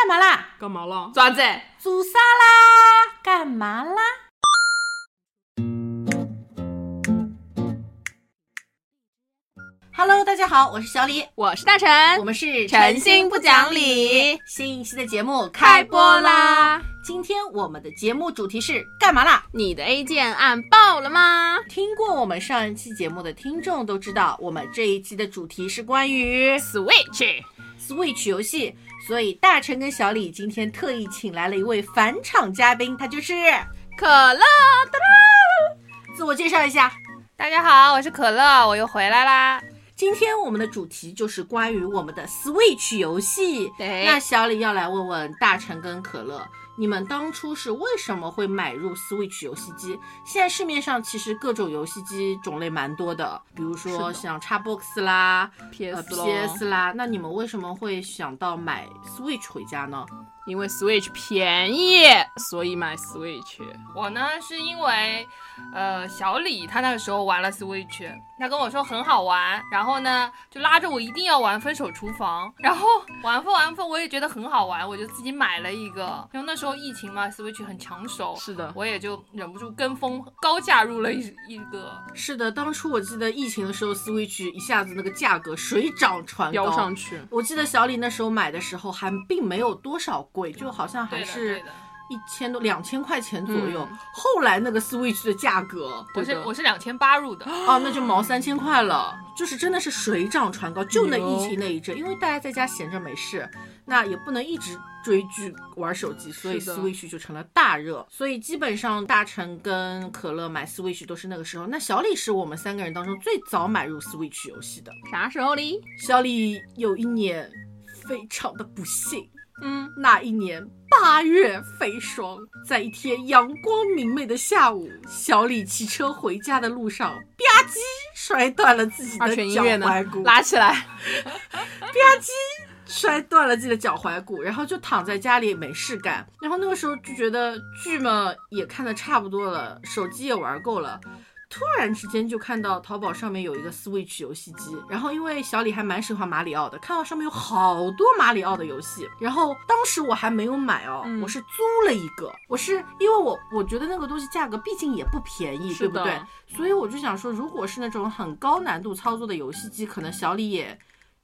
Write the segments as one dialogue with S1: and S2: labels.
S1: 干嘛啦？
S2: 爪子，
S3: 煮沙拉干嘛啦？Hello，大家好，我是小李，
S2: 我是大陈，
S3: 我们是
S2: 哎诚心不讲理，
S3: 新一期的节目
S2: 开
S3: 开
S2: 播
S3: 播啦！
S2: 啦！
S3: 今天我们的节目主题是干嘛啦？
S2: 你的 A 键按爆了吗？
S3: 听过我们上一期节目的听众都知道，我们这一期的主题是关于
S2: Switch，
S3: Switch 游戏，所以大成跟小李今天特意请来了一位返场嘉宾，他就是
S2: 可乐，
S3: 自我介绍一下。
S4: 大家好，我是可乐，我又回来啦。
S3: 今天我们的主题就是关于我们的 Switch 游戏。
S2: 对
S3: 那小李要来问问大成跟可乐，你们当初是为什么会买入 Switch 游戏机？现在市面上其实各种游戏机种类蛮多的，比如
S2: 是
S3: 说
S2: 的
S3: 像 Xbox 啦、呃
S2: PS 咯
S3: PS 啦。那你们为什么会想到买 Switch 回家呢？
S2: 因为 Switch 便宜，所以买 Switch。
S4: 我呢是因为，呃，小李他那个时候玩了 Switch，他跟我说很好玩，然后呢就拉着我一定要玩《分手厨房》，然后 玩分玩分我也觉得很好玩，我就自己买了一个。因为那时候疫情嘛，Switch 很抢手，
S2: 是的，
S4: 我也就忍不住跟风高价入了一一个。
S3: 是的，当初我记得疫情的时候，Switch 一下子那个价格水涨船
S2: 飙
S3: 高。
S2: 上去。
S3: 我记得小李那时候买的时候还并没有多少贵，就好像还
S4: 对的，
S3: 是
S4: 对的。
S3: 一千多、两千块钱左右。
S2: 嗯
S3: 后来那个 Switch 的价格，
S4: 我
S2: 对
S4: 是
S2: 的
S4: 我是两千八入的，
S3: 哦，那就毛三千块了，就是真的是水涨船高。就那疫情那一阵，因为大家在家闲着没事，那也不能一直追剧玩手机，所以
S2: 是的
S3: Switch 就成了大热。所以基本上大成跟可乐买 Switch 都是那个时候。那小李是我们三个人当中最早买入 Switch 游戏的。
S2: 啥时候哩？
S3: 小李有一年非常的不幸，
S2: 嗯，
S3: 那一年八月飞霜，在一天阳光明媚的下午，小李骑车回家的路上，吧唧摔断了自己的
S2: 二泉映
S3: 脚
S2: 月呢
S3: 踝骨，？吧
S2: 拉起来。
S3: 唧摔断了自己的脚踝骨，然后就躺在家里没事干。然后那个时候就觉得剧嘛也看的差不多了，手机也玩够了。突然之间就看到淘宝上面有一个 Switch 游戏机，然后因为小李还蛮喜欢马里奥的，看到上面有好多马里奥的游戏，然后当时我还没有买哦，
S2: 嗯
S3: 我是租了一个，我是因为我我觉得那个东西价格毕竟也不便宜，对
S2: 是
S3: 不
S2: 的
S3: 对？所以我就想说，如果是那种很高难度操作的游戏机，可能小李也。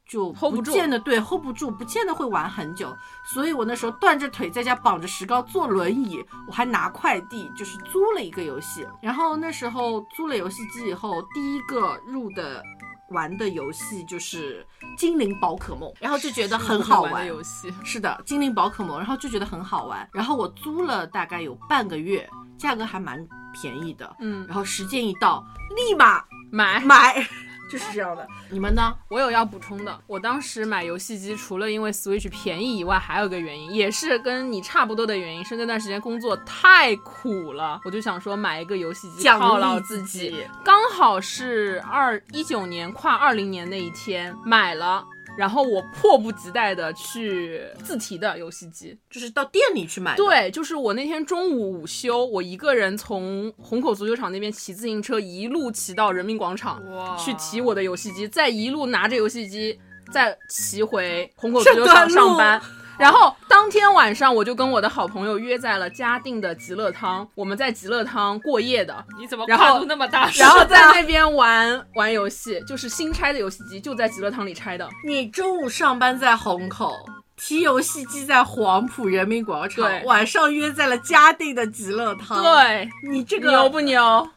S3: 就
S2: hold 不
S3: 不
S2: 住
S3: 见得对 hold 不住，不见得会玩很久，所以我那时候断着腿在家绑着石膏坐轮椅，我还拿快递，就是租了一个游戏。然后那时候租了游戏机以后，第一个入的玩的游戏就是精灵宝可梦，然后就觉得很好
S2: 玩
S3: 玩
S2: 的。游戏。
S3: 是的，精灵宝可梦，然后就觉得很好玩。然后我租了大概有半个月，价格还蛮便宜的。
S2: 嗯，
S3: 然后时间一到，立马
S2: 买。
S3: 买， 就是这样的。你们呢？
S2: 我有要补充的，我当时买游戏机，除了因为 Switch 便宜以外，还有一个原因，也是跟你差不多的原因，是那段时间工作太苦了，我就想说买一个游戏机
S3: 奖
S2: 犒劳
S3: 励自
S2: 自己
S3: 己。
S2: 刚好是二一九年跨二零年那一天买了。然后我迫不及待的去自提的游戏机，
S3: 就是到店里去买的。
S2: 对，就是我那天中午午休，我一个人从虹口足球场那边骑自行车一路骑到人民广场，
S4: 哇，
S2: 去提我的游戏机，再一路拿着游戏机再骑回虹口足
S3: 这
S2: 球场
S3: 段路
S2: 上班。然后当天晚上，我就跟我的好朋友约在了嘉定的极乐汤，我们在极乐汤过夜的，
S4: 你怎么
S2: 然后
S4: 跨度那么大？
S2: 然后在那边玩玩游戏，就是新拆的游戏机，就在极乐汤里拆的。
S3: 你中午上班在虹口，踢游戏机在黄埔人民广场，
S2: 对
S3: 晚上约在了嘉定的极乐汤。，
S2: 对，
S3: 你嗯这
S2: 牛
S3: 个
S2: 不牛？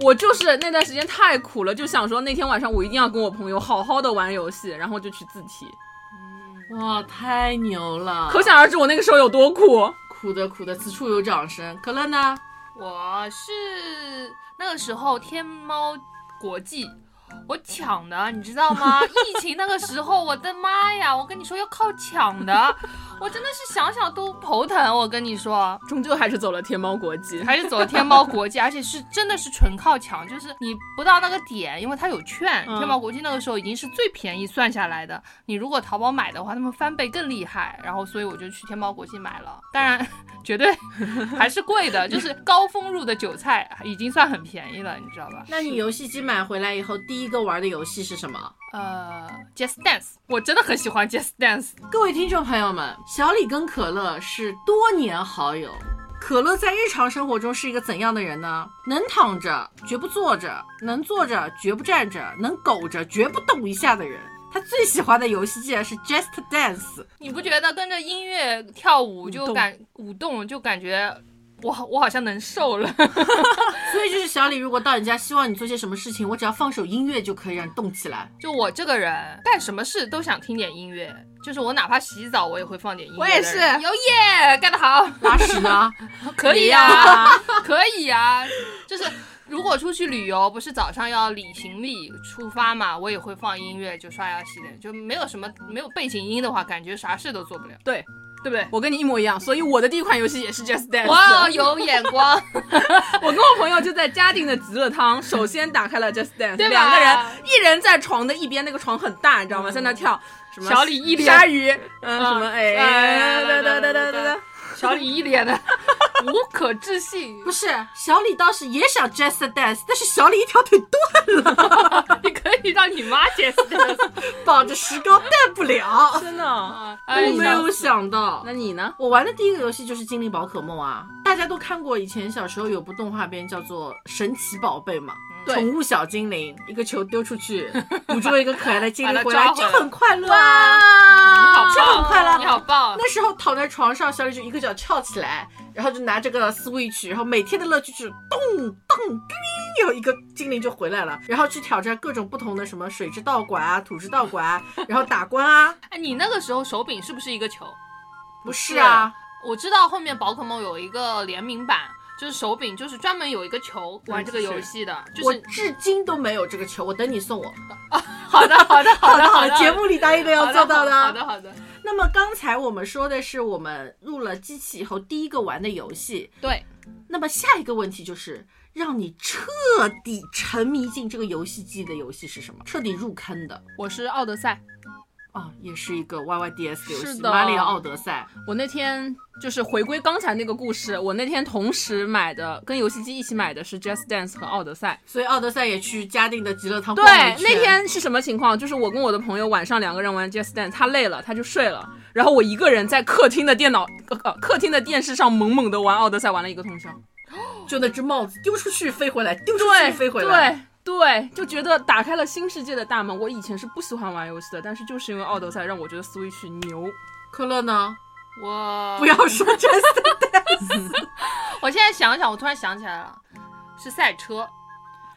S2: 我就是那段时间太苦了，就想说那天晚上我一定要跟我朋友好好的玩游戏，然后就去自提。
S3: 哇，太牛了！
S2: 可想而知我那个时候有多苦。
S3: 苦的苦的，此处有掌声。可乐呢？
S4: 我是那个时候天猫国际，我抢的，你知道吗？疫情那个时候，我的妈呀！我跟你说要靠抢的，我真的是想想都头疼。我跟你说，
S2: 终究还是走了天猫国际。
S4: 还是走天猫国际，而且是真的是纯靠抢，就是你不到那个点，因为它有券，
S2: 嗯
S4: 天猫国际那个时候已经是最便宜算下来的。你如果淘宝买的话，他们翻倍更厉害。然后所以我就去天猫国际买了，当然 绝对还是贵的，就是高峰入的韭菜已经算很便宜了，你知道吧？
S3: 那你游戏机买回来以后，第一个玩的游戏是什么？
S4: 呃，Just Dance，我真的很喜欢 Just Dance。
S3: 各位听众朋友们，小李跟可乐是多年好友。可乐在日常生活中是一个怎样的人呢？能躺着绝不坐着，能坐着绝不站着，能苟着绝不动一下的人。他最喜欢的游戏竟然是 Just Dance。
S4: 你不觉得跟着音乐跳舞就感舞动就感觉我好我好像能瘦了？
S3: 所以就是小李，如果到你家希望你做些什么事情，我只要放首音乐就可以让你动起来。
S4: 就我这个人干什么事都想听点音乐，就是我哪怕洗澡我也会放点音乐
S2: 我
S4: 的
S2: 也
S4: 人。
S2: 是
S4: 有耶，干得好，
S3: 拉屎呢？
S4: 可以啊呀、
S2: 啊
S4: 可以呀、就是。如果出去旅游，不是早上要理行李出发嘛，我也会放音乐，就刷牙洗脸，就没有什么没有背景音的话，感觉啥事都做不了，
S2: 对
S4: 对不对？
S2: 我跟你一模一样，所以我的第一款游戏也是 Just Dance。
S4: 哇，有眼光，
S2: 我跟我朋友就在嘉定的极乐汤，首先打开了 Just Dance，
S4: 对吧
S2: 两个人，一人在床的一边，那个床很大，你知道吗？在那跳什么
S4: 嗯小李一脸
S2: 鲨鱼，嗯，
S4: 啊
S2: 什么哎，
S4: 哎
S2: 哒哒哒哒哒哒，
S4: 小李一脸的无可置信，
S3: 不是，小李当时也想 Just Dance，但是小李一条腿断了，
S4: 你可以让你妈解释
S3: 绑着石膏断不了。
S2: 真的。
S4: 啊！
S3: 我
S4: 哎
S3: 没有想到
S2: 那，你呢？
S3: 我玩的第一个游戏就是精灵宝可梦啊，大家都看过以前小时候有部动画片叫做《神奇宝贝》嘛，
S4: 嗯
S2: 对
S3: 宠物小精灵，一个球丢出去，捕捉一个可爱的精
S4: 把
S3: 灵
S4: 它
S3: 回来
S4: 抓回
S3: 就
S4: 来
S3: 很快乐啊。
S4: 你好
S3: 这
S4: 棒，
S3: 很快乐
S4: 你好棒！
S3: 那时候躺在床上，小李就一个脚翘起来，然后就拿这个 Switch，然后每天的乐趣就是咚咚叮，有一个精灵就回来了，然后去挑战各种不同的什么水之道馆啊、土之道馆啊，然后打关 啊，
S4: 哎，你那个时候手柄是不是一个球？
S3: 不是啊，
S4: 我知道后面宝可梦有一个联名版，就是手柄，就是专门有一个球玩这个游戏的，就
S3: 我至
S4: 是
S3: 今都没有这个球，我等你送我。
S4: 好的，好的，好
S3: 的
S4: 的，
S3: 好
S4: 好
S3: 的，节目里答应的要做到
S4: 好
S3: 的。
S4: 的，好的，好的
S3: 那么刚才我们说的是我们入了机器以后第一个玩的游戏，
S4: 对，
S3: 那么下一个问题就是让你彻底沉迷进这个游戏机的游戏是什么？彻底入坑的。
S2: 我是奥德赛。
S3: 啊，也是一个 YYDS 游
S2: 是
S3: 戏《
S2: 的
S3: 马里奥奥德赛
S2: 我那天就是回归刚才那个故事，我那天同时买的，跟游戏机一起买的是 Just Dance 和奥德赛。》，
S3: 所以奥德赛也去嘉定的极乐汤
S2: 对
S3: 逛了一，圈
S2: 那天是什么情况？就是我跟我的朋友晚上两个人玩 Just Dance，他累了，他就睡了，然后我一个人在客厅的电脑、呃、客厅的电视上猛猛的玩奥德赛，玩了一个通宵。
S3: 就那只帽子丢出去飞回来，丢出去
S2: 对，
S3: 飞回来。
S2: 对对，就觉得打开了新世界的大门。我以前是不喜欢玩游戏的，但是就是因为奥德赛让我觉得 Switch 牛。
S3: 可乐呢？
S4: 我
S3: 不要，说真的，
S4: 我现在想想，我突然想起来了，是赛车。啊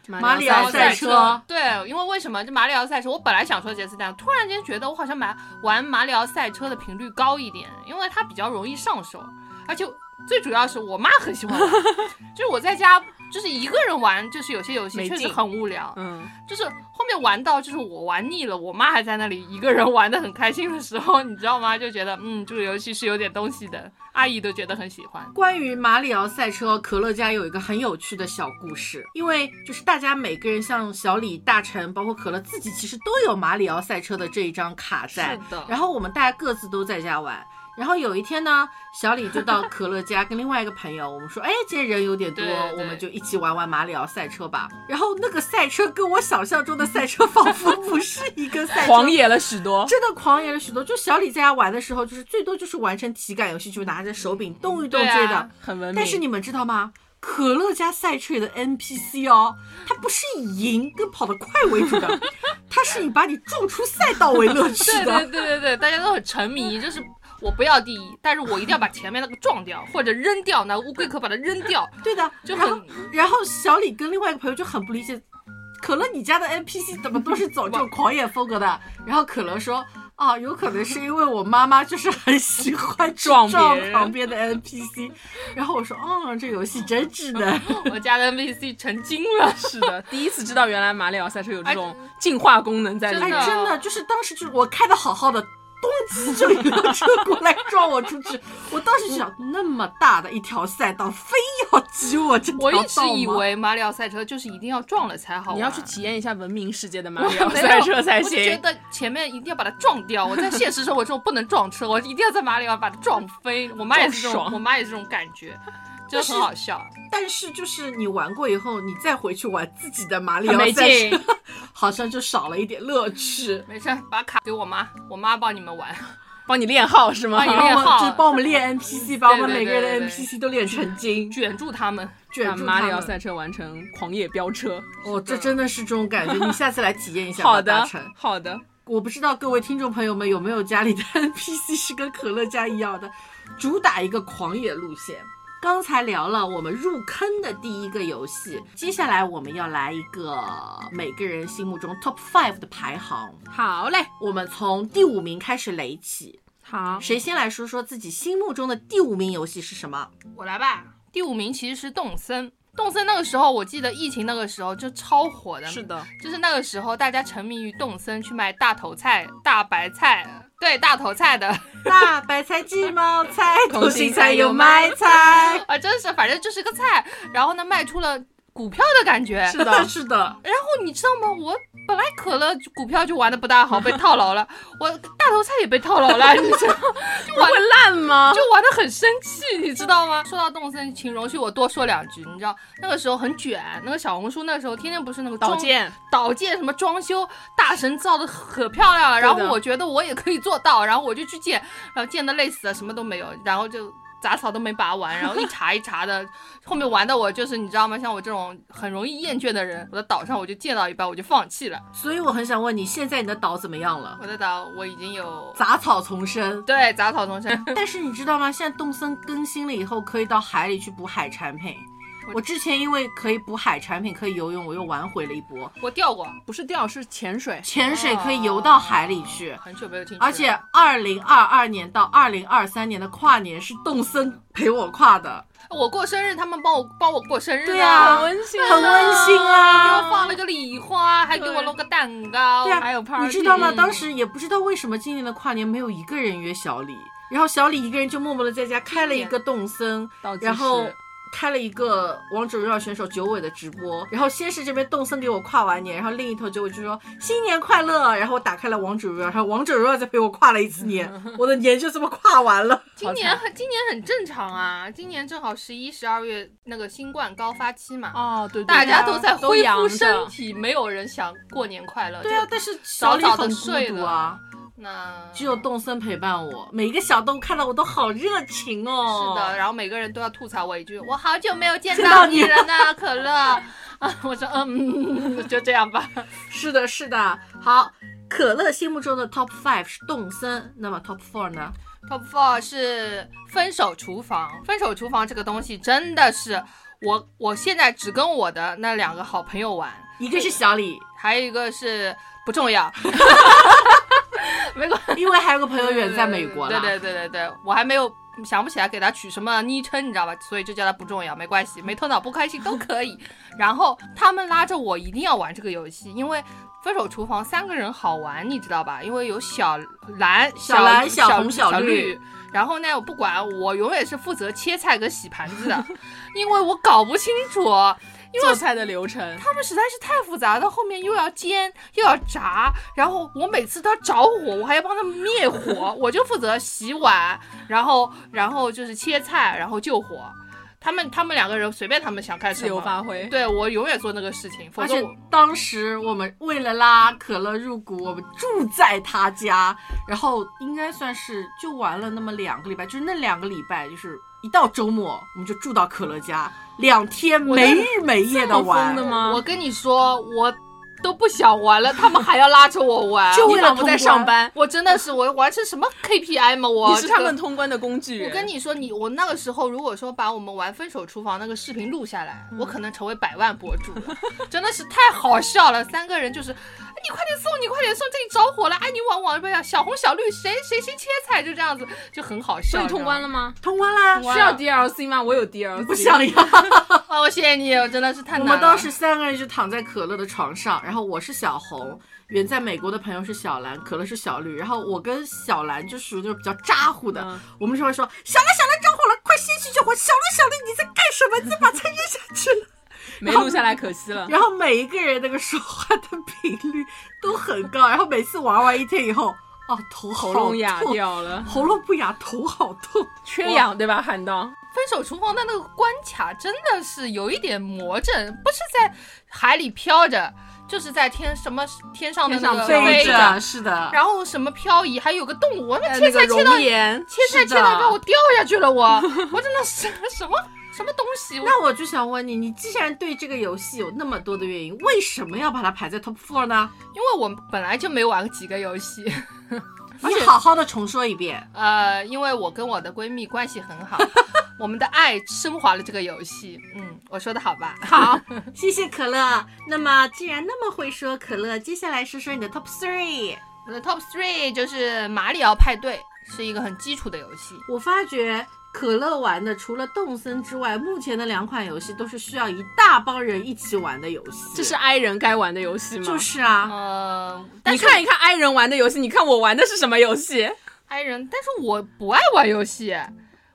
S3: 马里奥赛车
S4: 对，因为为什么这马里奥赛车？我本来想说杰斯蛋，突然间觉得我好像买玩马里奥赛车的频率高一点，因为它比较容易上手，而且最主要是我妈很喜欢玩， 就是我在家就是一个人玩，就是有些游戏
S2: 没
S4: 确实
S2: 劲
S4: 很无聊，
S2: 嗯，
S4: 就是后面玩到就是我玩腻了，我妈还在那里一个人玩的很开心的时候，你知道吗？就觉得嗯，这个游戏是有点东西的，阿姨都觉得很喜欢。
S3: 关于马里奥赛车，可乐家有一个很有趣的小故事，因为就是大家每个人，像小李、大陈，包括可乐自己，其实都有马里奥赛车的这一张卡在。
S4: 是的
S3: 然后我们大家各自都在家玩。然后有一天呢，小李就到可乐家跟另外一个朋友，我们说，哎，今天人有点多
S4: 对，对
S3: 我们就一起玩玩马里奥赛车吧。然后那个赛车跟我想象中的赛车仿佛不是一个赛车，
S2: 狂野了许多。
S3: 真的狂野了许多。就小李在家玩的时候，就是最多就是完成体感游戏，就拿着手柄动一动
S4: 对啊
S3: 这的。
S2: 很文明，
S3: 但是你们知道吗？可乐加赛车里的 NPC 哦，它不是以赢跟跑得快为主的，它是以把你撞出赛道为乐趣
S4: 对对
S3: 的。
S4: 对对对，大家都很沉迷，就是我不要第一，但是我一定要把前面那个撞掉或者扔掉，拿乌龟壳把它扔掉，
S3: 对的，
S4: 就
S3: 然后
S4: 很
S3: 然后小李跟另外一个朋友就很不理解，可乐你家的 NPC 怎么都是走这种狂野风格的？然后可乐说。啊，有可能是因为我妈妈就是很喜欢去
S2: 撞别
S3: 撞
S2: 人
S3: 旁边的 NPC，然后我说，嗯，这游戏真智能。
S4: 我家的 NPC 成精 了。
S2: 是的，第一次知道原来马里奥赛车有这种
S4: 哎
S2: 进化功能在里
S4: 真
S3: 哎
S2: 面。，
S3: 真的就是当时就是我开的好好的，咚叽就一辆车过来撞我出 去，我当时就想，那么大的一条赛道，非要挤我这条
S4: 我
S3: 道吗
S4: 一直以，为马里奥赛车就是一定要撞了才好玩，
S2: 你要去体验一下文明世界的马
S4: 我
S2: 里奥
S4: 没有
S2: 赛车才
S4: 我就觉
S2: 行。
S4: 得前面一定要把它撞掉。我 在现实生活中不能撞车，我一定要在马里奥把它撞飞。我妈也是这
S2: 撞
S4: 种，
S2: 爽
S4: 我妈也是这种感觉。就很好笑。
S3: 但是就是你玩过以后，你再回去玩自己的马里
S2: 很
S3: 奥
S2: 没
S3: 赛
S2: 劲
S3: 车， 好像就少了一点乐趣。
S4: 没事，把卡给我妈，我妈帮你们玩。
S2: 帮你练号是吗？
S4: 帮你
S3: 帮
S4: 练
S3: 我
S4: 号
S3: 就是帮我们练 NPC，把我们
S4: 对对
S3: 每个人
S4: 对对
S3: 的 NPC 都练成精，
S4: 卷住他们，
S3: 卷
S2: 把
S3: 住
S2: 马
S3: 他
S2: 里奥
S3: 们。
S2: 赛车完成狂野飙车。
S3: 哦，这真的是这种感觉，你下次来体验一下吧，
S2: 好
S3: 大
S2: 的
S3: 成。，
S2: 好的，
S3: 我不知道各位听众朋友们有没有家里的 NPC 是跟可乐家一样的，主打一个狂野路线。刚才聊了我们入坑的第一个游戏，接下来我们要来一个每个人心目中 top five 的排行。
S2: 好嘞，
S3: 我们从第五名开始垒起，
S2: 好，
S3: 谁先来说说自己心目中的第五名游戏是什 么？
S4: 我来吧。第五名其实是动森，动森那个时候我记得疫情那个时候就超火的，
S2: 是的，
S4: 就是那个时候大家沉迷于动森去买大头菜、大白菜，对大头菜的
S3: 大白菜、鸡毛菜、
S2: 同
S3: 同
S2: 心
S3: 心
S2: 菜
S3: 菜
S2: 有
S3: 有
S2: 卖
S3: 卖菜。
S4: 啊，真是反正就是个菜，然后呢卖出了股票的感觉。
S2: 是的
S3: 是的，
S4: 然后你知道吗？我本来可乐股票就玩的不大好，被套牢了，我大头菜也被套牢了，你知道吗。
S2: 不 会烂吗？
S4: 就玩的很生气，你知道吗？说到动森，请容许我多说两句。你知道那个时候很卷，那个小红书那时候天天不是那个
S2: 宝
S4: 装
S2: 剑，
S4: 岛建什么装修，大神造的可漂亮了。然后
S2: 对的
S4: 我觉得我也可以做到，然后我就去建，然后建的累死了，什么都没有，然后就。杂草都没拔完，然后一茬一茬的，后面玩的我就是你知道吗？像我这种很容易厌倦的人，我的岛上我就建到一半我就放弃了。
S3: 所以我很想问你，现在你的岛怎么样了？
S4: 我的岛我已经有
S3: 杂草丛生，
S4: 对杂草丛生，
S3: 但是你知道吗？现在动森更新了以后，可以到海里去捕海产品。
S4: 我
S3: 我之前因为可以捕海产品，可以游泳，我又玩回了一波。
S4: 我钓过，
S2: 不是钓，是潜水。
S3: 潜水可以游到海里去，
S4: 很久没有听说了。
S3: 而且二零二二年到二零二三年的跨年是动森陪我跨的，
S4: 我过生日，他们帮我帮我过生日、啊，
S3: 对啊
S2: 温馨
S3: 很温馨
S4: 给我
S3: 啊。
S4: 放了个礼花，还给我弄个蛋糕，
S3: 对啊
S2: 还有 party，
S3: 你知道吗？
S4: 嗯
S3: 当时也不知道为什么今年的跨年没有一个人约小李，然后小李一个人就默默的在家开了一个动森，
S2: 倒计时
S3: 然后开了一个王者荣耀选手九尾的直播，然后先是这边动森给我跨完年，然后另一头九尾就说新年快乐，然后我打开了王者荣耀，然后王者荣耀再陪我跨了一次 年，我的年就这么跨完了。
S4: 今年很今年很正常啊，今年正好十一、十二月那个新冠高发期嘛，
S2: 哦，对，对
S4: 大
S3: 啊
S4: 家
S2: 对
S4: 都在恢复
S2: 阳
S4: 身
S2: 着
S4: 体，没有人想过年快乐。
S3: 对啊
S4: 就，
S3: 但是小李
S4: 早早
S3: 很
S4: 地
S3: 孤
S4: 睡
S3: 独
S4: 了
S3: 啊，
S4: 那
S3: 只有动森陪伴我，每一个小动物看到我都好热情哦。
S4: 是的，，然后每个人都要吐槽我一句：“我好久没有见
S3: 见到
S4: 你
S3: 你
S4: 了呢，可乐。”啊，我说嗯，就这样吧。
S3: 是的，是的。好，可乐心目中的 top five 是动森，那么 top four 呢？
S4: Top four 是分手厨房。分手厨房这个东西真的是我，我现在只跟我的那两个好朋友玩，
S3: 一个是小 李，
S4: 还有一个是不重要。没关
S3: 因为还有个朋友远在美国
S4: 嗯对
S3: 了。
S4: 对对对对，我还没有想不起来给他取什么昵称，你知道吧？所以就叫他不重要，没关系，没头脑不开心都可以。然后他们拉着我一定要玩这个游戏，因为。分手厨房三个人好玩，你知道吧？因为有小蓝、
S3: 小蓝
S4: 小
S3: 小红
S4: 小
S3: 小
S4: 绿
S3: 绿。
S4: 然后呢，我不管，我永远是负责切菜跟洗盘子的，因为我搞不清楚。因为
S2: 做菜的流程，
S4: 他们实在是太复杂了，后面又要煎又要炸，然后我每次都要着火，我还要帮他们灭火， 我就负责洗碗，然后然后就是切菜，然后救火。他们他们两个人随便他们想干什
S2: 自由
S4: 么，
S2: 发挥。
S4: 对我永远做那个事情，否
S3: 而
S4: 则
S3: 且
S4: 我
S3: 当时我们为了拉可乐入股，我们住在他家，然后应该算是就玩了那么两个礼拜，就是那两个礼拜，就是一到周末我们就住到可乐家，两天
S4: 我真
S3: 没
S4: 的
S3: 日没夜的玩，
S2: 这么疯的吗
S4: 我跟你说我。都不想玩了，他们还要拉着我 玩，
S3: 就为
S4: 你
S3: 了
S4: 老不在
S3: 通关
S4: 上班，我真的是我完成什么 KPI 吗？我
S2: 你是
S4: 这个
S2: 他们通关的工具人。
S4: 我跟你说，你我那个时候如果说把我们玩《分手厨房》那个视频录下来，我可能成为百万博主了，真的是太好笑了。三个人就是，哎你快点送，你快点送，这里着火了，哎，你往往这边要，小红小绿谁谁谁切菜，就这样子，就很好笑。
S2: 所以通关了吗？
S3: 通关啦，
S4: 哇
S2: 需要 DLC 吗？我有 DLC，
S3: 不想要。
S4: 吗？哦，我谢谢你，我真的是太难
S3: 我
S4: 了。
S3: 们当时三个人就躺在可乐的床上，然后我是小红，远在美国的朋友是小蓝，可乐是小绿，然后我跟小蓝就属于那种比较咋呼的，
S2: 嗯
S3: 我们就会说小蓝小蓝着火了，快先去救火，小绿小绿你在干什么？你再把菜扔下去了。
S2: 没录下来，可惜了。
S3: 然后每一个人那个说话的频率都很高，然后每次玩完一天以后，哦，头好
S2: 喉咙哑
S3: 痛，
S2: 掉了，
S3: 喉咙不哑，头好痛。
S2: 缺氧对吧？喊到
S4: 分手厨房的那个关卡真的是有一点魔怔，不是在海里飘着，就是在天什么天上的那个
S2: 天上
S4: 飞
S3: 对
S2: 飞
S4: 着，
S3: 着，哎是的，
S4: 然后什么漂移，还有个动物，我那
S2: 呃
S4: 切
S2: 那
S4: 菜
S2: 个
S4: 切到
S2: 熔岩，
S4: 切菜
S3: 是
S4: 切
S3: 的
S4: 到一半，我掉下去了我，我真的是什么什么东西，我
S3: 那我就想问你，你既然对这个游戏有那么多的原因，为什么要把它排在 top four 呢？
S4: 因为我本来就没玩几个游戏，
S3: 你好好的重说一遍。
S4: 呃，因为我跟我的闺蜜关系很 好，我们的爱升华了这个游戏，嗯，我说的好吧？
S3: 好，谢谢可乐。那么既然那么会说可乐，接下来说说你的 top three。
S4: 我的 top three 就是《马里奥派对》，是一个很基础的游戏。
S3: 我发觉可乐玩的除了动森之外，目前的两款游戏都是需要一大帮人一起玩的游戏。
S2: 这是 i 人该玩的游戏吗？
S3: 就是啊，
S4: 呃，但
S2: 你
S4: 是
S2: 看一看 i 人玩的游戏，你看我玩的是什么游戏？
S4: i 人，但是我不爱玩游戏，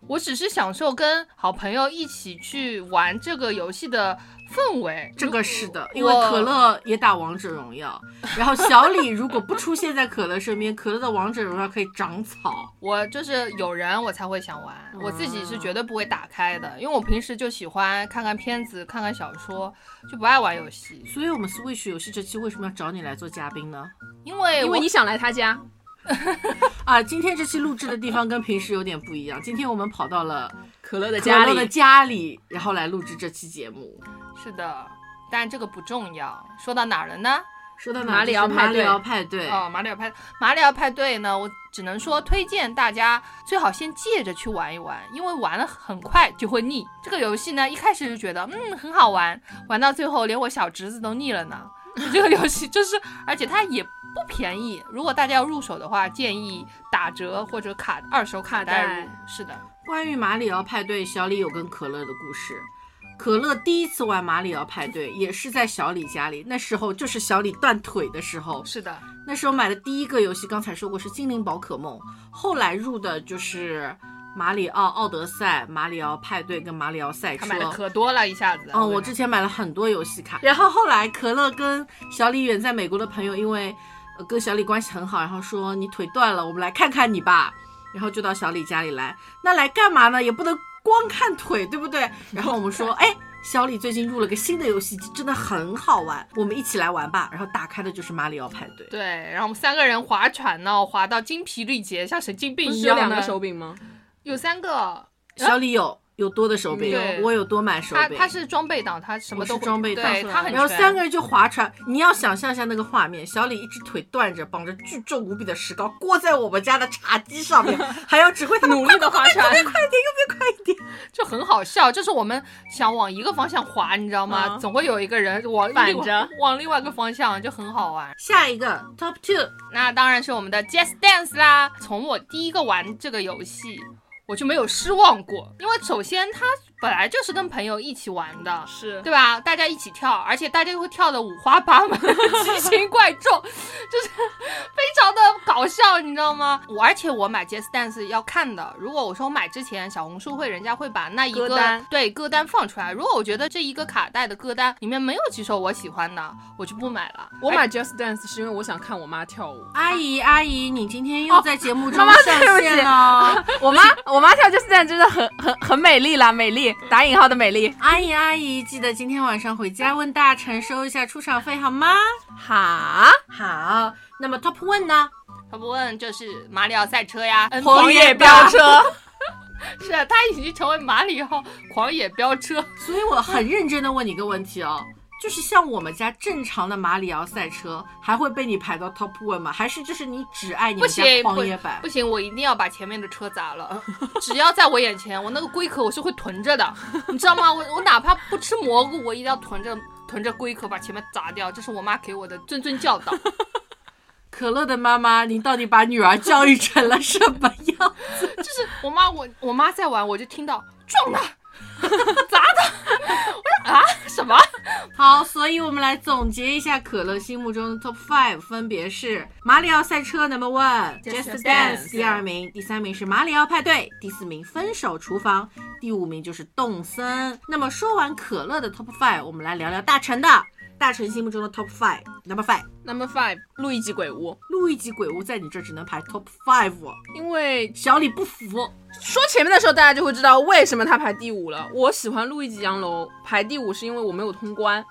S4: 我只是享受跟好朋友一起去玩这个游戏的氛围。
S3: 这
S2: 哦
S3: 个是的，因为
S4: 我
S3: 可乐也打王者荣耀，然后小李如果不出现在可乐身边，可乐的王者荣耀可以长草。
S4: 我就是有人我才会想玩，我自己是
S2: 嗯
S4: 绝对不会打开的，因为我平时就喜欢看看片子、看看小说，就不爱玩游戏。
S3: 所以，我们 Switch 游戏这期为什么要找你来做嘉宾呢？
S4: 因为
S2: 因
S4: 我
S2: 为你想来他家，
S3: 啊，今天这期录制的地方跟平时有点不一样，今天我们跑到了
S2: 可乐的
S3: 可
S2: 家
S3: 乐的
S2: 里。
S3: 家里，然后来录制这期节目。
S4: 是的，但这个不重要。说到哪儿了呢？
S3: 说到哪
S2: 马里奥
S3: 就是
S2: 派
S3: 马里
S2: 对
S3: 奥派对，
S4: 哦，马里奥派马里奥派对呢，我只能说推荐大家最好先借着去玩一玩，因为玩了很快就会腻。这个游戏呢，一开始就觉得嗯很好玩，玩到最后连我小侄子都腻了呢。 这个游戏就是，而且它也不便宜。如果大家要入手的话，建议打折或者卡二手卡带入
S2: 卡。
S4: 是的，
S3: 关于马里奥派对，小李有跟可乐的故事。可乐第一次玩马里奥派对，也是在小李家里。那时候就是小李断腿的时候，
S4: 是的，
S3: 那时候买的第一个游戏，刚才说过是《精灵宝可梦》，后来入的就是《马里奥奥德赛》《马里奥派对》跟《马里奥赛车
S4: 他买》。的可多了，一下子。
S2: 哦
S3: 嗯，我
S4: 跟
S3: 之
S4: 你
S3: 前买了很多游戏
S4: 嗯
S3: 卡，然后后来可乐跟小李远在美国的朋友，因为呃跟小李关系很好，然后说你腿断了，我们来看看你吧，然后就到小李家里来。那来干嘛呢？也不能光看腿，对不对？然后我们 说，哎，小李最近入了个新的游戏机，真的很好玩，我们一起来玩吧。然后打开的就是马里奥派对。
S4: 对，然后我们三个人划船呢，划到精疲力竭，像神经病
S2: 不是
S4: 一
S2: 有
S4: 样
S2: 两
S4: 呢
S2: 个手柄吗？
S4: 有三个，
S3: 小李有有多的手柄
S4: 嗯对，
S3: 我有多买手
S4: 他
S3: 柄。
S4: 他是装备党，他什么都
S3: 我
S4: 会
S3: 是装备党
S4: 对他很全。
S3: 然后三个人就
S2: 嗯
S3: 划船，你要想象一下那个画面，小李一只腿断着，绑着巨重无比的石膏，裹在我们家的茶几上 面，还要指挥他们
S2: 努力的划船，
S4: 就很好笑，就是我们想往一个方向滑，你知道吗？
S2: 嗯
S4: 总会有一个人 往
S2: 反
S4: 另外
S2: 着
S4: 往另外一个方向，就很好玩。
S3: 下一个 top two，
S4: 那当然是我们的 Just Dance 啦。从我第一个玩这个游戏，我就没有失望过，因为首先它本来就是跟朋友一起玩的，
S2: 是
S4: 对吧？大家一起跳，而且大家会跳的五花 八门、奇形怪状，就是非常的搞笑，你知道吗？我而且我买 Just Dance 要看的，如果我说我买之前，小红书会人家会把那一个
S2: 歌单
S4: 对歌单放出来，如果我觉得这一个卡带的歌单里面没有几首我喜欢的，我就不买了。哎
S2: 我买 Just Dance 是因为我想看我妈跳舞。
S3: 阿姨阿姨，你今天又在节目中
S2: 哦妈妈
S3: 上
S2: 对不
S3: 线
S2: 起
S3: 了。
S2: 我妈，我妈跳 Just Dance 真的很很很美丽啦，美丽打引号的美丽。
S3: 阿姨阿姨，记得今天晚上回家问大臣收一下出场费好吗？
S2: 哈，
S3: 好，那么 top one 呢？
S4: 他不问就是马里奥赛车呀，嗯
S2: 狂野飙车，
S4: 是啊，他已经成为马里奥狂野飙车。
S3: 所以我很认真的问你一个问题哦，就是像我们家正常的马里奥赛车，还会被你排到 top one 吗？还是就是你只爱你
S4: 不
S3: 们家
S4: 行，不
S3: 狂野版
S4: 不？行，我一定要把前面的车砸了。 只要在我眼前，我那个龟壳我是会囤着 的，你知道吗？我我哪怕不吃蘑菇，我一定要囤着囤着龟壳把前面砸掉，这是我妈给我的谆谆教 导。
S3: 可乐的妈妈，你到底把女儿教育成了什么样？
S4: 就是我妈我我妈在玩，我就听到撞他， 砸他，我说啊什么？
S3: 好，所以我们来总结一下可乐心目中的 top five，分别是马里奥赛车 number
S4: Just
S3: one，Just
S4: Dance
S3: Dance 第二名，第三名是马里奥派对，第四名分手厨房，第五名就是动森。那么说完可乐的 top five，我们来聊聊大成的。大臣心目中的 top five number five。
S2: Number five，路易吉鬼屋，
S3: 路易吉鬼屋在你这只能排 top five，哦
S2: 因为
S3: 小李不服。
S2: 说前面的时候，大家就会知道为什么它排第五了。我喜欢路易吉洋楼排第五，是因为我没有通关，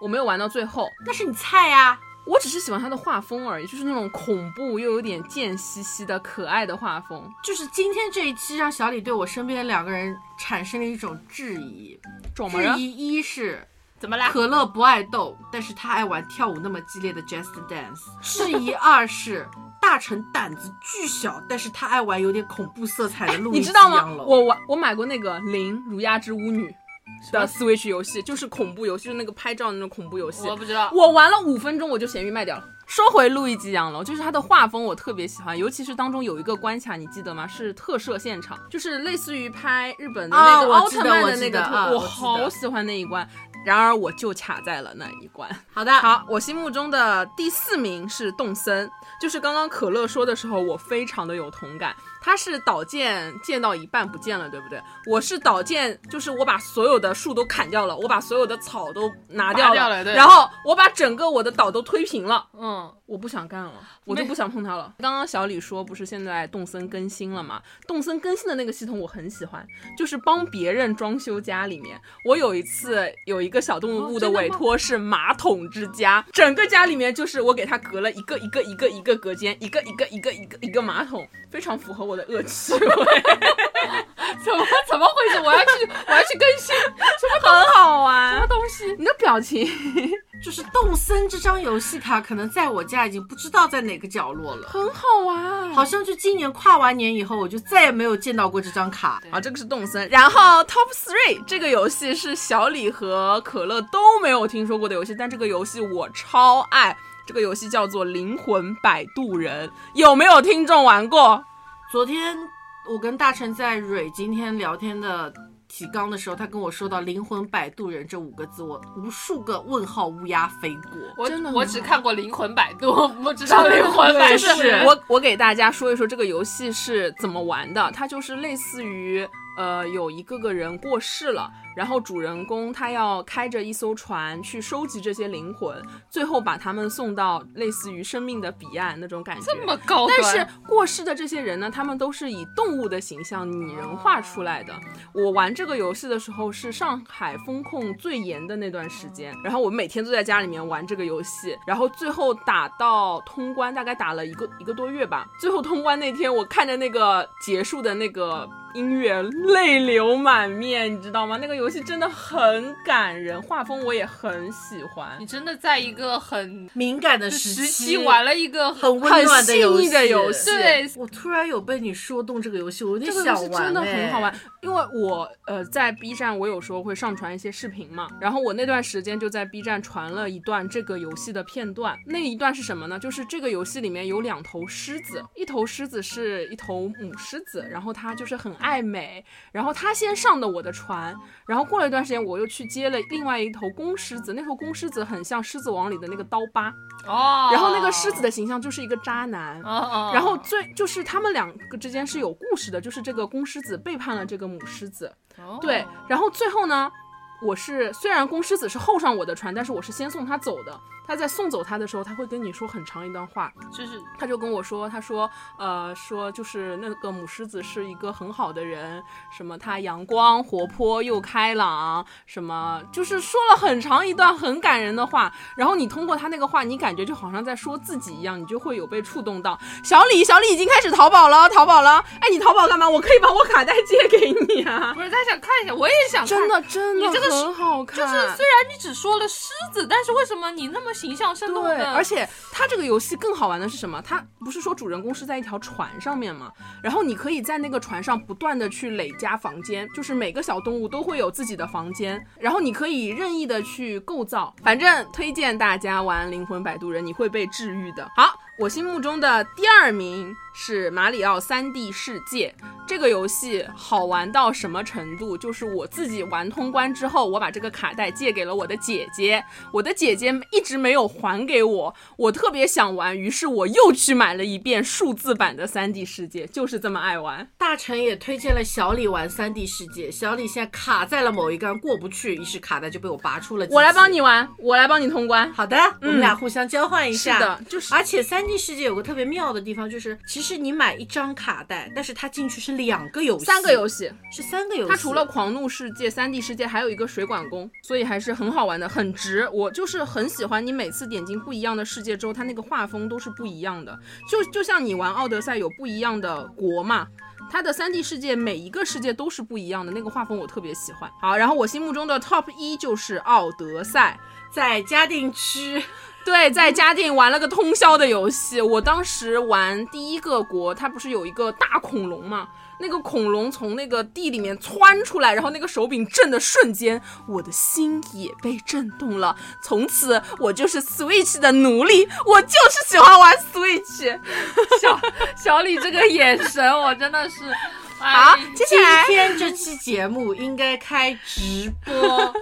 S2: 我没有玩到最后。
S3: 但是你菜啊呀、
S2: 我只是喜欢它的画风而已，就是那种恐怖又有点贱兮兮的可爱的画风。
S3: 就是今天这一期让小李对我身边的两个人产生了一种质疑，
S2: 怎么
S3: 质
S2: 了？
S3: 疑一是
S4: 怎么啦？
S3: 可乐不爱斗，但是他爱玩跳舞那么激烈的 Just Dance。质疑二是大臣胆子巨小，但是他爱玩有点恐怖色彩的路易
S2: 哎你
S3: 吉
S2: 知道
S3: 洋
S2: 吗？
S3: 楼
S2: 我玩我买过那个《零如鸦之巫女》的 Switch 游戏，就是恐怖游戏，就是那个拍照的那种恐怖游戏。
S4: 我不知道。
S2: 我玩了五分钟，我就咸鱼卖掉了。说回路易吉洋楼，就是它的画风我特别喜欢，尤其是当中有一个关卡，你记得吗？是特摄现场，就是类似于拍日本的那个
S3: 啊
S2: 奥
S3: 我记
S2: 特
S3: 得
S2: 曼的
S3: 我
S2: 那
S3: 记
S2: 个
S3: 得
S2: 特，
S3: 啊
S2: 我
S3: 我记得
S2: 好喜欢那一关。然而我就卡在了那一关。
S3: 好的，
S2: 好，我心目中的第四名是动森，就是刚刚可乐说的时候，我非常的有同感。他是岛建建到一半不见了，对不对？我是岛建，就是我把所有的树都砍掉了，我把所有的草都拿掉了，
S4: 拔掉了对
S2: 然后我把整个我的岛都推平了。
S4: 嗯，
S2: 我不想干了，我就不想碰它了。刚刚小李说，不是现在动森更新了吗？动森更新的那个系统我很喜欢，就是帮别人装修家里面。我有一次有一个小动物
S4: 哦
S2: 的
S4: 真的吗
S2: 委托是马桶之家，整个家里面就是我给它隔了一个一个一个一个隔间，一个一个一个一个一个马桶，非常符合我的恶趣味，
S4: 怎么怎么回事？我要去， 我要去更 新
S2: 很好
S4: 什么
S2: 玩。
S4: 东西？
S2: 你的表情，
S3: 就是动森这张游戏卡，可能在我家已经不知道在哪个角落了。
S2: 很好玩。
S3: 好像就今年跨完年以后，我就再也没有见到过这张卡。
S2: 啊，这个是动森。然后 Top Three 这个游戏是小李和可乐都没有听说过的游戏，但这个游戏我超爱。这个游戏叫做《灵魂摆渡人》，有没有听众玩过？
S3: 昨天我跟大成在蕊今天聊天的提纲的时候，他跟我说到“灵魂摆渡人”这五个字，我无数个问号乌鸦飞过。
S4: 我
S2: 真的很
S4: 我只看过《灵魂摆渡》，不知道《灵魂
S3: 对
S4: 摆渡
S3: 是》
S2: 我我给大家说一说这个游戏是怎么玩的，它就是类似于。呃，有一个个人过世了，然后主人公他要开着一艘船去收集这些灵魂，最后把他们送到类似于生命的彼岸那种感觉。
S4: 这么高端，
S2: 但是过世的这些人呢，他们都是以动物的形象拟人化出来的。我玩这个游戏的时候是上海封控最严的那段时间，然后我每天都在家里面玩这个游戏，然后最后打到通关，大概打了一个一个多月吧。最后通关那天，我看着那个结束的那个音乐，泪流满面，你知道吗？那个游戏真的很感人，画风我也很喜欢
S4: 你。真的在一个很
S3: 敏感的
S4: 时期
S3: 期
S4: 玩了一个很
S3: 很温暖的游
S2: 很细腻
S3: 戏，
S2: 的游戏
S4: 对
S3: 我突然有被你说动这个游戏，我有点
S2: 这个
S3: 想
S2: 游戏
S3: 玩、哎
S2: 真的很好玩。，因为我呃在 B 站，我有时候会上传一些视频嘛，然后我那段时间就在 B 站传了一段这个游戏的片段。那一段是什么呢？就是这个游戏里面有两头狮子，一头狮子是一头母狮子，然后它就是很爱美，然后它先上的我的船，然后过了一段时间我又去接了另外一头公狮子，那头公狮子很像《狮子王》里的那个刀疤，
S4: 哦，
S2: 然后那个狮子的形象就是一个渣男。
S4: 哦，哦，
S2: 然后最就是他们两个之间是有故事的，就是这个公狮子背叛了这个母狮子，
S4: 哦
S2: 对。然后最后呢，我是虽然公狮子是后上我的船，但是我是先送他走的。他在送走他的时候，他会跟你说很长一段话，
S4: 就是
S2: 他就跟我说，他说，呃，说就是那个母狮子是一个很好的人，什么他阳光、活泼又开朗，什么就是说了很长一段很感人的话。然后你通过他那个话，你感觉就好像在说自己一样，你就会有被触动到。小李，小李已经开始淘宝了，淘宝了，哎，你淘宝干嘛？我可以把我卡带借给你啊。
S4: 不是他想看一下，我也想看。
S2: 真的，真的，
S4: 你这个是
S2: 很好看，
S4: 就是虽然你只说了狮子，但是为什么你那么形象生动
S2: 对，
S4: 的？
S2: 而且它这个游戏更好玩的是什么？它不是说主人公是在一条船上面吗？然后你可以在那个船上不断的去累加房间，就是每个小动物都会有自己的房间，然后你可以任意的去构造。反正推荐大家玩《灵魂摆渡人》，你会被治愈的。好，我心目中的第二名是《马里奥 3D 世界》这个游戏好玩到什么程度？就是我自己玩通关之后，我把这个卡带借给了我的姐姐，我的姐姐一直没有还给我，我特别想玩，于是我又去买了一遍数字版的 3D 世界，就是这么爱玩。
S3: 大臣也推荐了小李玩三 D 世界，小李现在卡在了某一关过不去，于是卡带就被我拔出了。
S2: 我来帮你。玩，我来帮你通关。
S3: 好的，我们俩互相交换一
S2: 是
S3: 下。
S2: 的，就是
S3: 而且三 D 世界有个特别妙的地方，就是其实你买一张卡带，但是它进去是两个游戏，
S2: 三个游戏，
S3: 是三个游戏。
S2: 它除了狂怒世界、三 D 世界，还有一个水管工，所以还是很好玩的，很值。我就是很喜欢你每次点进不一样的世界之后，它那个画风都是不一样的。就就像你玩奥德赛有不一样的国嘛。它的三 D 世界每一个世界都是不一样的，那个画风我特别喜欢。好，然后我心目中的 top 一就是奥德赛，
S3: 在嘉定区，
S2: 对，在嘉定玩了个通宵的游戏。我当时玩第一个国，它不是有一个大恐龙嘛？那个恐龙从那个地里面窜出来，然后那个手柄震的瞬间，我的心也被震动了。从此，我就是 Switch 的奴隶，我就是喜欢玩 Switch。
S4: 小小李这个眼神，我真的 是，
S2: 好
S4: 哎，，
S2: 接下
S3: 今
S2: 来
S3: 天这期节目应该开直 播。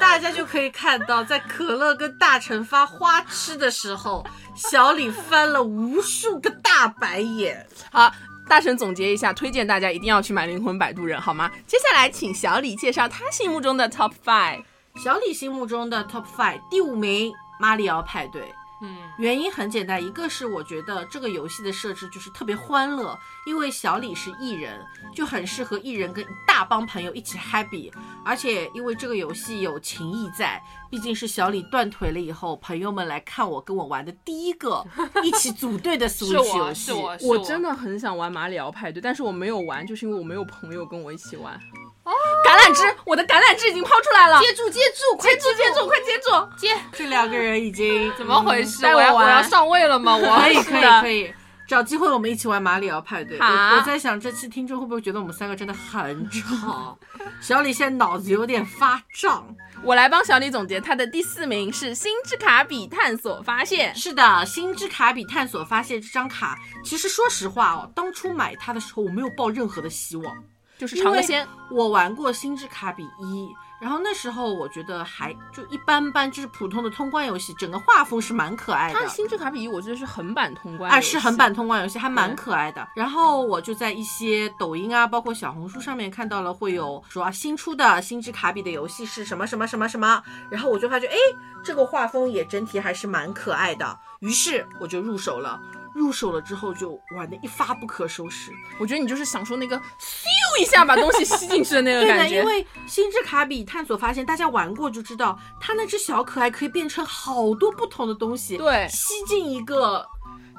S3: 大家就可以看到，在可乐跟大臣发花痴的时候，小李翻了无数个大白眼。
S2: 好，大神总结一下，推荐大家一定要去买《灵魂摆渡人》，好吗？接下来请小李介绍他心目中的 Top Five。
S3: 小李心目中的 Top Five 第五名，《马里奥派对》。
S4: 嗯，
S3: 原因很简单，一个是我觉得这个游戏的设置就是特别欢乐，因为小李是艺人，就很适合艺人跟一大帮朋友一起 happy，而且因为这个游戏有情谊在，毕竟是小李断腿了以后，朋友们来看我跟我玩的第一个一起组队的
S4: 是
S3: Switch 游
S4: 我
S3: 戏
S4: 是。我是
S2: 我真的很想玩马里奥派对，但是我没有玩，就是因为我没有朋友跟我一起玩。哦，橄榄枝，我的橄榄枝已经抛出来了，
S4: 接啊住接住，快
S2: 接住，接住，快接住！
S4: 接，
S3: 这两个人已经 嗯
S4: 怎么回事？
S2: 带我
S4: 我要我
S2: 玩
S4: 要上位了吗？
S3: 可以
S4: 我
S3: 可以可以，找机会我们一起玩马里奥派对。
S2: 好
S3: 我我在想，这期听众会不会觉得我们三个真的很吵？小李现在脑子有点发胀。
S2: 我来帮小李总结，他的第四名是《星之卡比探索发现》。
S3: 是的，星之卡比探索发现这张卡，其实说实话哦，当初买它的时候我没有抱任何的希望。
S2: 就是尝个鲜，
S3: 我玩过星之卡比一，然后那时候我觉得还就一般般，就是普通的通关游戏，整个画风是蛮可爱的
S2: 他。星之卡比一我觉得是横版通关，
S3: 啊，是横。版通关游戏，还蛮可爱的。然后我就在一些抖音啊，包括小红书上面看到了，会有说啊新出的《星之卡比》的游戏是什么什么什么什么，然后我就发觉，哎，这个画风也整体还是蛮可爱的，于是我就入手了。入手了之后就玩的一发不可收拾。
S2: 我觉得你就是享受那个咻一下把东西吸进去的 那个
S3: 对
S2: 感
S3: 的，
S2: 觉
S3: 因。为《星之卡比》探索发现，大家玩过就知道，它那只小可爱可以变成好多不同的东西，
S2: 对
S3: 吸进一个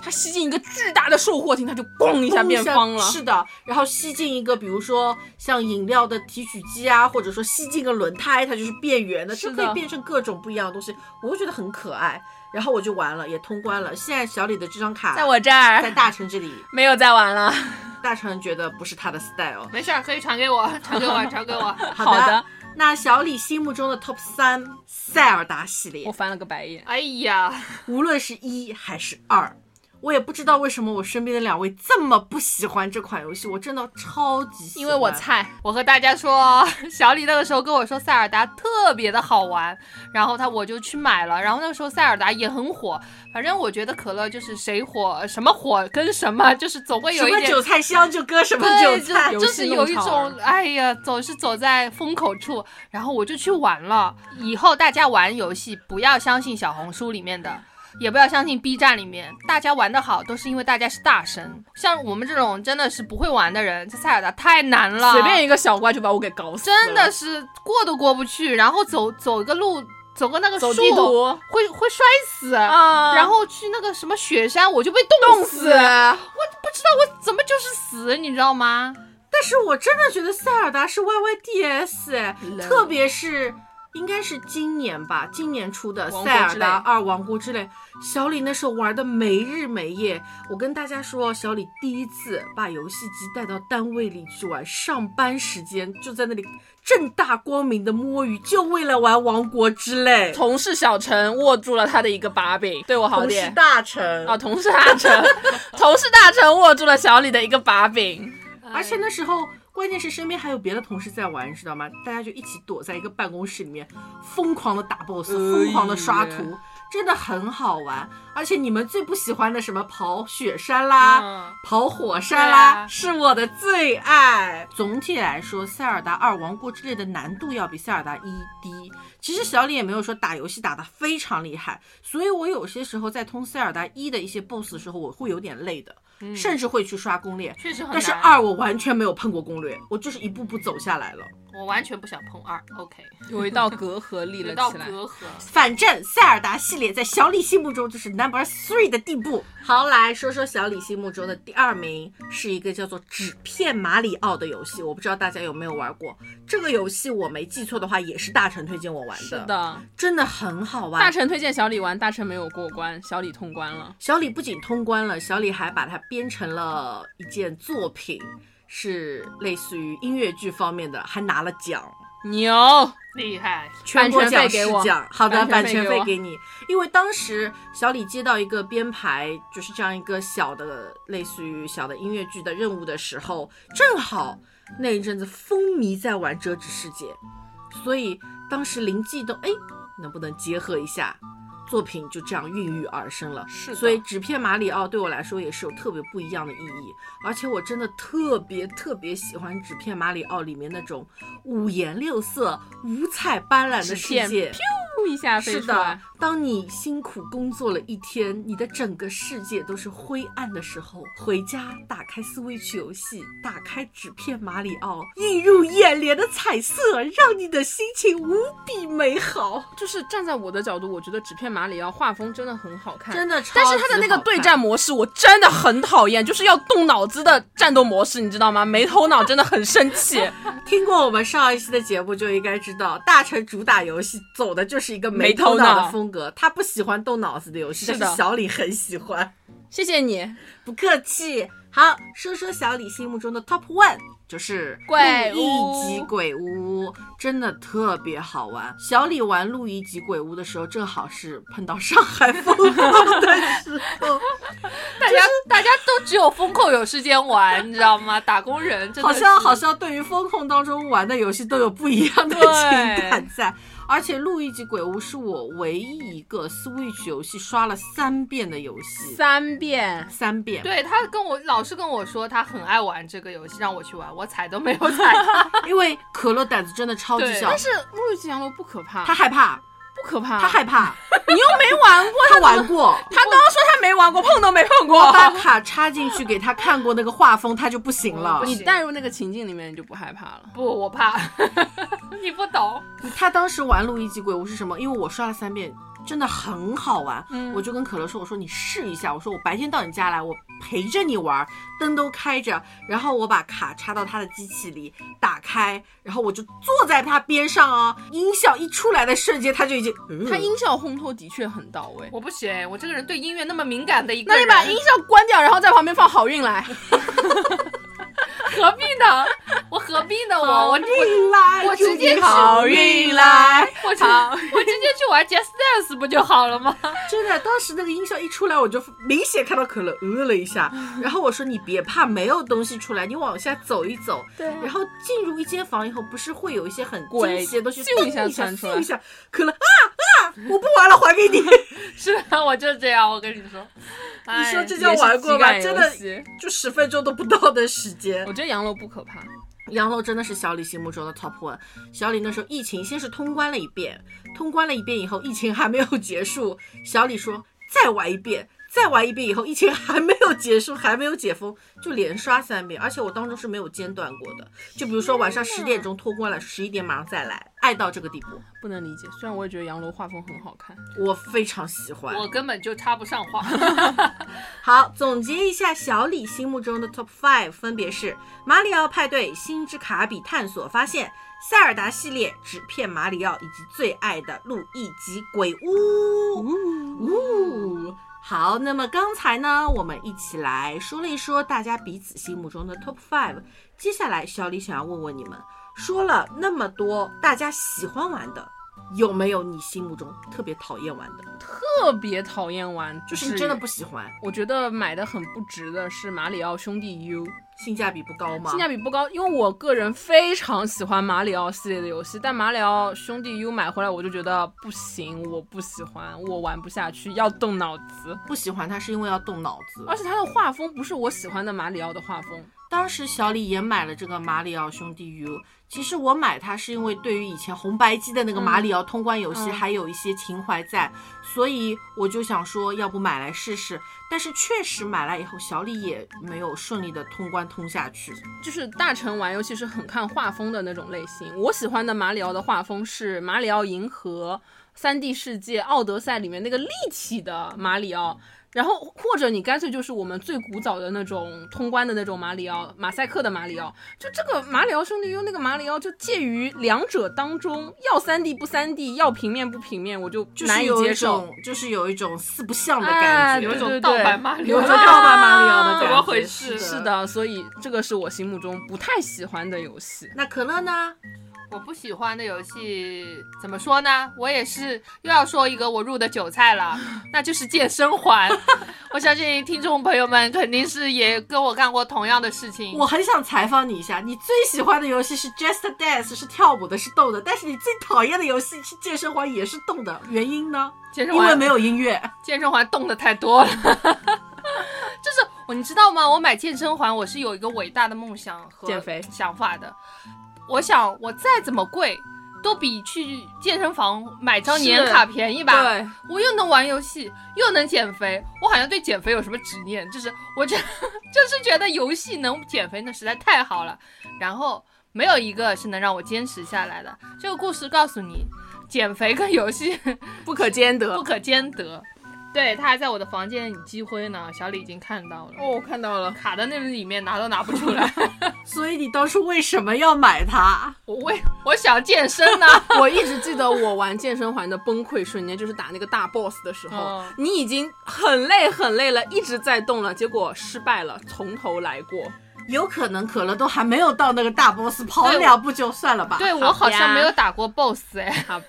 S2: 它吸进一个巨大的售货亭，它就咣一下变方了。
S3: 是的，然后吸进一个，比如说像饮料的提取机啊，或者说吸进个轮胎，它就是变圆的，
S2: 是
S3: 就
S2: 的
S3: 可以变成各种不一样的东西，我就觉得很可爱。然后我就玩了，也通关了。现在小李的这张卡
S2: 在我这
S3: 在
S2: 儿
S3: 大成这里，
S2: 没有再玩了。
S3: 大成觉得不是他的 style。
S4: 没事儿，可以传给我，传给我，传 给我。
S2: 好
S3: 的，
S2: 的
S3: 那小李心目中的 top 三塞尔达系列
S2: 我，翻了个白眼。
S4: 哎呀，
S3: 无论是一还是二，我也不知道为什么我身边的两位这么不喜欢这款游戏，我真的超级喜欢。
S2: 因为我菜，
S4: 我和大家说，哦 小李那个时候跟我说塞尔达特别的好玩，然后他我就去买了，然后那个时候塞尔达也很火，反正我觉得可乐就是谁火什么火跟什么，就是总会有
S3: 什
S4: 一
S3: 么
S4: 点
S3: 韭菜香就割什么
S4: 对，
S3: 韭菜
S4: 就
S2: 游，
S4: 就
S2: 戏
S4: 是
S2: 弄
S4: 有一
S2: 潮
S4: 种哎呀，总是走在风口处，然后我就去玩了。以后大家玩游戏不要相信小红书里面的。也不要相信 B 站里面，大家玩的好都是因为大家是大神，像我们这种真的是不会玩的人，这塞尔达太难了，
S2: 随便一个小怪就把我给搞死了，
S4: 真的是过都过不去，然后走走个路，嗯走个那个
S2: 走
S4: 树
S2: 地图
S4: 会会摔死，
S2: 啊
S4: 然后去那个什么雪山，我就被
S2: 冻
S4: 冻
S2: 死。
S4: 不知道我怎么就是死，你知道吗？
S3: 但是我真的觉得塞尔达是 YYDS，哎
S2: 冷
S3: 特别是应该是今年吧，今年出的《
S2: 王
S3: 塞
S2: 国
S3: 尔
S2: 之
S3: 达
S2: 泪
S3: 二：王国之泪》，小李那时候玩的没日没夜。我跟大家说，小李第一次把游戏机带到单位里去玩，上班时间就在那里正大光明的摸鱼，就为了玩《王国之泪》。
S2: 同事小陈握住了他的一个把柄，对我好
S3: 同是
S2: 点。
S3: 大臣
S2: 啊，同事大臣， 同事大臣握住了小李的一个把柄。
S3: 而且
S4: 哎
S3: 那时候，关键是身边还有别的同事在玩，你知道吗？大家就一起躲在一个办公室里面，疯狂的打 boss，疯狂的刷
S4: 哎
S3: 图，真的很好玩。而且你们最不喜欢的什么跑雪山啦、
S4: 嗯
S3: 跑火山啦，
S4: 对啊
S3: 是我的最爱。总体来说，《塞尔达二：王国之泪》的难度要比《塞尔达一》低。其实小李也没有说打游戏打得非常厉害，所以我有些时候在通《塞尔达一》的一些 BOSS 的时候，我会有点累的，
S4: 嗯
S3: 甚至会去刷攻略。
S4: 确实很难。
S3: 但是二我完全没有碰过攻略，我就是一步步走下来了。
S4: 我完全不想碰二，OK，
S2: 有一道隔阂立
S4: 有
S2: 了
S4: 道
S2: 起来。
S4: 隔阂。
S3: 反正塞尔达系列在小李心目中就是 number three 的地步。好，来说说小李心目中的第二名是一个叫做《纸片马里奥》的游戏，我不知道大家有没有玩过。这个游戏我没记错的话，也是大成推荐我玩的，
S2: 是的，
S3: 真的很好玩。
S2: 大成推荐小李玩，大成没有过关，小李通关了。
S3: 小李不仅通关了，小李还把它编成了一件作品，是类似于音乐剧方面的，还拿了奖。
S2: 牛，
S4: 厉害，
S3: 全国奖师
S2: 版权费给
S3: 奖，好的，版
S2: 版
S3: 权
S2: 权费给我
S3: 费给你。因为当时小李接到一个编排，就是这样一个小的，类似于小的音乐剧的任务的时候，正好那一阵子风靡在玩《折纸世界》，所以当时灵机一动，哎，能不能结合一下？作品就这样孕育而生了。
S2: 是的
S3: 所以纸片马里奥对我来说也是有特别不一样的意义，而且我真的特别特别喜欢纸片马里奥里面那种五颜六色、五彩斑斓的世
S2: 纸
S3: 界
S2: 片。噗一下飞
S3: 是
S2: 出来
S3: 的。，当你辛苦工作了一天，你的整个世界都是灰暗的时候，回家打开 Switch 游戏，打开纸片马里奥，映入眼帘的彩色让你的心情无比美好，
S2: 就是站在我的角度，我觉得纸片马里奥画风真的很好 看，
S3: 真的超级
S2: 但
S3: 好
S2: 是
S3: 看。
S2: 它的那个对战模式，我真的很讨厌，就是要动脑子的战斗模式，你知道吗？没头脑真的很生气。
S3: 听过我们上一期的节目就应该知道，大成主打游戏走的就是一个没
S2: 没头
S3: 头脑的
S2: 脑
S3: 风格，他不喜欢动脑子的游戏，
S2: 是的
S3: 但是小李很喜欢。
S2: 谢谢你，
S3: 不客气。好，说说小李心目中的 top one。就是
S4: 鬼屋
S3: 路易吉鬼屋真的特别好玩。小李玩路易吉鬼屋的时候，正好是碰到上海封控的时 候，
S4: 大家大家都只有风控有时间玩，你知道吗？ 打工人真 的
S3: 好
S4: 是
S3: 像好像对于风控当中玩的游戏都有不一样的
S4: 对
S3: 情感在。而且路易吉鬼屋是我唯一一个 Switch 游戏刷了三遍的游戏，
S2: 三遍。
S3: 三遍。
S4: 对他跟我老是跟我说他很爱玩这个游戏，让我去玩，我踩都没有 踩他。
S3: 因为可乐胆子真的超级
S4: 对
S3: 小
S2: 但，是路易吉洋楼不可怕，
S3: 他害怕，
S2: 不可怕，
S3: 他害怕，
S2: 你又没玩 过，
S3: 他玩过。
S2: 他刚刚说他没玩过，碰都没碰过
S3: 我。把卡插进去给他看过那个画风，他就不行了
S4: 不。
S2: 哦你
S4: 行
S2: 带入那个情境里面，你就不害怕了。
S4: 不，我怕， 你不懂。
S3: 他当时玩《路易吉鬼屋》是什么？因为我刷了三遍，真的很好玩。
S2: 嗯
S3: 我就跟可乐说：“我说你试一下，我说我白天到你家来，我陪着你玩，灯都开着，然后我把卡插到他的机器里，打开，然后我就坐在他边上哦。音效一出来的瞬间，他就已经，嗯
S2: 他音效烘托的确很到位。
S4: 我不行，我这个人对音乐那么敏感的一个
S2: 那
S4: 人，
S2: 你把音效关掉，然后在旁边放好运 来。
S4: 何必呢？我何必呢？我我
S3: 好
S4: 我
S3: 运来，
S4: 我直接
S3: 祝你好运来。”
S4: 我直我直接去玩 Just Dance 不就好了吗？
S3: 真的，当时那个音效一出来，我就明显看到可乐呃了一下，
S2: 嗯
S3: 然后我说你别怕，没有东西出来，你往下走一走。
S2: 对
S3: 然后进入一间房以后，不是会有一些很
S2: 鬼
S3: 惊奇的东西，
S2: 咻
S3: 一
S2: 一
S3: 下
S2: 下
S3: 窜
S2: 窜出来
S3: 一下，可乐啊啊，我不玩了，还给 你。
S4: 是的，我就这样，我跟你说，
S3: 你
S4: 哎
S3: 说这叫玩过吗？
S2: 也是
S3: 真
S2: 体感
S3: 的
S2: 游戏
S3: 就十分钟都不到的时间
S2: 我。觉得洋楼不可怕，
S3: 洋楼真的是小李心目中的 top one。小李那时候疫情先是通关了一遍，通关了一遍以后，疫情还没有结束，小李说再玩一遍，再玩一遍以后，疫情还没有结束，还没有解封，就连刷三遍，而且我当中是没有间断过的。就比如说晚上十点钟脱光了，十一点马上再来，爱到这个地步，
S2: 不能理解。虽然我也觉得洋楼画风很好看，
S3: 我非常喜欢。
S4: 我根本就插不上话。
S3: 好，总结一下小李心目中的 Top Five 分别是《马里奥派对》、《星之卡比探索发现》、《塞尔达系列》、《纸片马里奥》以及最爱的《路易吉鬼屋》。呜、好，那么刚才呢，我们一起来说了一说大家彼此心目中的 Top Five。接下来，小李想要问问你们，说了那么多大家喜欢玩的，有没有你心目中特别讨厌玩的？
S2: 特别讨厌玩，
S3: 就是你真的不。喜欢，
S2: 我觉得买的很不值的是马里奥兄弟 U，
S3: 性价比不高吗？
S2: 性价比不高，因为我个人非常喜欢马里奥系列的游戏，但马里奥兄弟 U 买回来我就觉得不行，我不喜欢，我玩不下去，要动脑子。
S3: 不喜欢它是因为要动脑子。
S2: 而且它的画风不是我喜欢的马里奥的画风，
S3: 当时小李也买了这个马里奥兄弟 U。其实我买它是因为对于以前红白机的那个马里奥通关游戏
S2: 嗯
S3: 还有一些情怀在，所以我就想说，要不买来试试。但是确实买来以后，小李也没有顺利的通关通下去。
S2: 就是大臣玩游戏是很看画风的那种类型。我喜欢的马里奥的画风是《马里奥银河》《三 D 世界》《奥德赛》里面那个立体的马里奥。然后或者你干脆就是我们最古早的那种通关的那种马里奥，马赛克的马里奥，就这个马里奥兄弟 U 那个马里奥就介于两者当中，要三 D 不三 D，要平面不平面，我就
S3: 就是
S2: 难以
S3: 有
S2: 接
S3: 一
S2: 受。
S3: 种，就是有一种四不像的感
S2: 哎
S3: 觉，
S4: 有一
S2: 对对
S4: 种
S2: 对
S4: 盗版马里
S3: 有
S4: 奥
S3: 一
S4: 的
S3: 种
S4: 感觉，
S3: 盗版马里奥 的感觉。
S4: 怎么回事
S2: 是的，所以这个是我心目中不太喜欢的游戏。
S3: 那可乐呢？
S4: 我不喜欢的游戏怎么说呢？我也是又要说一个我入的韭菜了，那就是健身环。我相信听众朋友们肯定是也跟我干过同样的事情。
S3: 我很想采访你一下，你最喜欢的游戏是 Just Dance，是跳舞的，是动的，但是你最讨厌的游戏是健身环，也是动的，原因呢？
S4: 健身
S3: 因为
S4: 环
S3: 没有音乐。
S4: 健身环动的太多了， 就是我你知道吗？我买健身环我是有一个伟大的梦想和
S2: 减肥
S4: 想法的。我想我再怎么贵，都比去健身房买张年
S2: 是
S4: 卡便宜吧。
S2: 对，
S4: 我又能玩游戏，又能减肥，我好像对减肥有什么执念？就是我这 就是觉得游戏能减肥，那实在太好了。然后没有一个是能让我坚持下来的。这个故事告诉你，减肥跟游戏
S2: 不可兼得
S4: 不。可兼得。对，它还在我的房间里积灰呢，小李已经看到了，
S2: 哦，我看到了，
S4: 卡在那里面拿都拿不出来。
S3: 所以你当初为什么要买它？
S4: 我为我想健身呢、
S2: 我一直记得我玩健身环的崩溃瞬间，就是打那个大 boss 的时候，
S4: 嗯
S2: 你已经很累很累了，一直在动了，结果失败了，从头来过。
S3: 有可能可乐都还没有到那个大 boss，跑
S4: 对
S3: 两步就算了吧。
S4: 对我好
S2: 好
S4: 像
S2: 呀
S4: 没有打过 BOSS 哎，
S2: 好吧，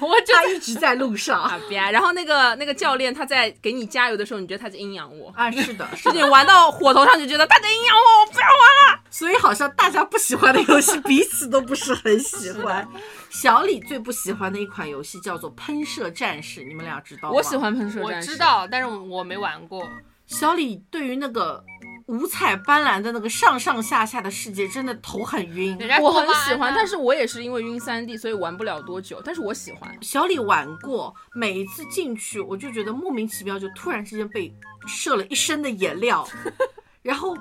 S4: 我就
S3: 他一直在路上
S2: 好吧。然后那个那个教练他在给你加油的时候，你觉得他在阴阳我。
S3: 啊，是的，是
S2: 就你
S3: 的。
S2: 玩到火头上就觉得他在阴阳我，我不要玩。
S3: 所以好像大家不喜欢的游戏，彼此都不是很喜欢。小李最不喜欢的一款游戏叫做《喷射战士》，你们俩知道吗？
S2: 我喜欢喷射
S4: 我
S2: 战士，
S4: 知道，但是我没玩过。
S3: 小李对于那个五彩斑斓的那个上上下下的世界，真的头很晕。
S4: 人家
S2: 我
S4: 多
S2: 很
S4: 巴胺
S2: 喜欢，
S4: 呢
S2: 但是我也是因为晕三 D，所以玩不了多久，但是我喜欢。
S3: 小李玩过，每一次进去，我就觉得莫名其妙，就突然之间被射了一身的颜 料。然后，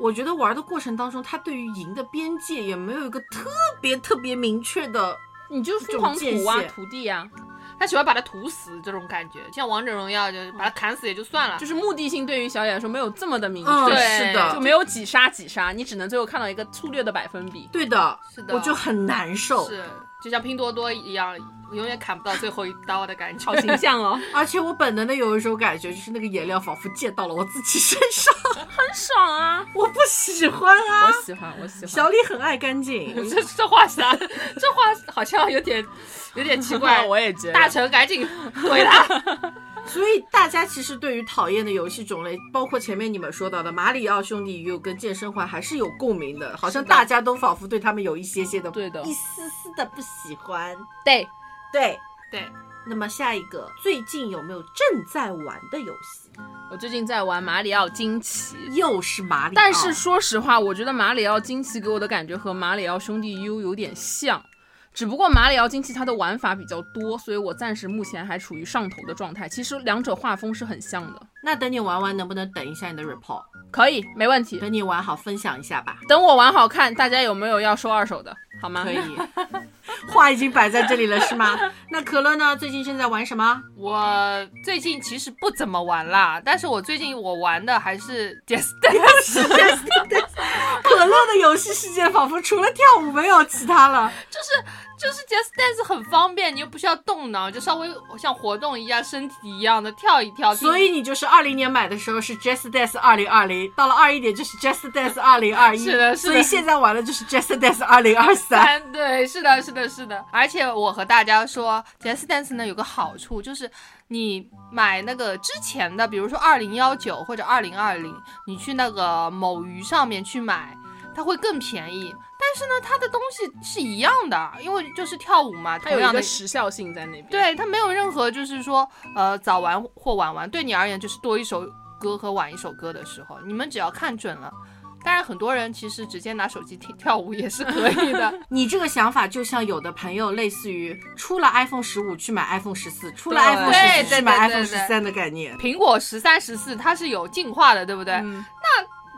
S3: 我觉得玩的过程当中，他对于赢的边界也没有一个特别特别明确的。
S2: 你就疯狂
S3: 这种
S2: 涂啊
S3: 界限
S2: 涂地啊，
S4: 他喜欢把它涂死这种感觉，像王者荣耀就是把它砍死也就算了，
S2: 就是是目的性对于小野来说没有这么的明确。
S3: 嗯，
S4: 对
S3: 是
S2: 就
S3: 的，
S2: 没有几杀几杀，你只能最后看到一个粗略的百分比。
S3: 对的，
S4: 是的
S3: 我就很难受。
S4: 是就像拼多多一样，永远砍不到最后一刀的感觉。
S2: 好形象哦，
S3: 而且我本能的有一种感觉，就是那个颜料仿佛溅到了我自己身上，
S2: 很 爽啊！
S3: 我不喜欢啊。
S2: 我喜欢，我喜欢。。
S3: 小李很爱干净，
S4: 这这话啥？这话好像有点有点奇 怪
S2: 我也觉得
S4: 大成 赶紧回来！
S3: 所以大家其实对于讨厌的游戏种类，包括前面你们说到的马里奥兄弟 U 跟健身环，还是有共鸣的，好像大家都仿佛对他们有一些些的，
S2: 对的
S3: 一丝丝的不喜欢。
S2: 对，
S3: 对，
S4: 对，
S3: 那么下一个，最近有没有正在玩的游戏？
S2: 我最近在玩马里奥惊奇。
S3: 又是马里奥，
S2: 但是说实话，我觉得马里奥惊奇给我的感觉和马里奥兄弟 U 有点像，只不过马里奥惊奇它的玩法比较多，所以我暂时目前还处于上头的状态。其实两者画风是很像的，
S3: 那等你玩完，能不能等一下你的 report？
S2: 可以，没问题。
S3: 等你玩好分享一下吧。
S2: 等我玩好看，大家有没有要收二手的？好吗
S3: 可？以， 话已经摆在这里了，是 吗？那可乐呢？最近正在玩什么？
S4: 我最近其实不怎么玩啦，但是我最近我玩的还是 Just Dance，
S3: 可乐的游戏世界仿佛除了跳舞没有其他了。
S4: 就是 Just Dance 很方便，你又不需要动脑，就稍微像活动一下身体一样的跳一跳。
S3: 所以你就是二零年买的时候是 Just Dance 二零二零，到了二一年就是 Just Dance 二零二一，
S4: 是的是的
S3: 所以现在玩的就是 Just Dance 二零二三。
S4: 三 对，是的，是的，是的。而且我和大家说，Just Dance 呢有个好处就是，你买那个之前的，比如说二零幺九或者二零二零，你去那个某鱼上面去买，它会更便宜。但是呢，它的东西是一样的，因为就是跳舞嘛，
S2: 它
S4: 同
S2: 有一
S4: 样的
S2: 个。时效性在那边。，
S4: 对，它没有任何就是说，呃，早玩或晚玩，对你而言就是多一首歌和晚一首歌的时候，你们只要看准了。当然，很多人其实直接拿手机跳跳舞也是可以的，
S3: 你这个想法就像有的朋友类似于出了 iPhone 十五去买 iPhone 十四，出了
S2: 对
S3: iPhone 十
S4: 对
S3: 四
S4: 对
S3: 去买
S4: 对
S3: iPhone 十
S4: 对
S3: 三的概念。
S4: 苹果十三、十四它是有进化的，对不对、
S2: 嗯，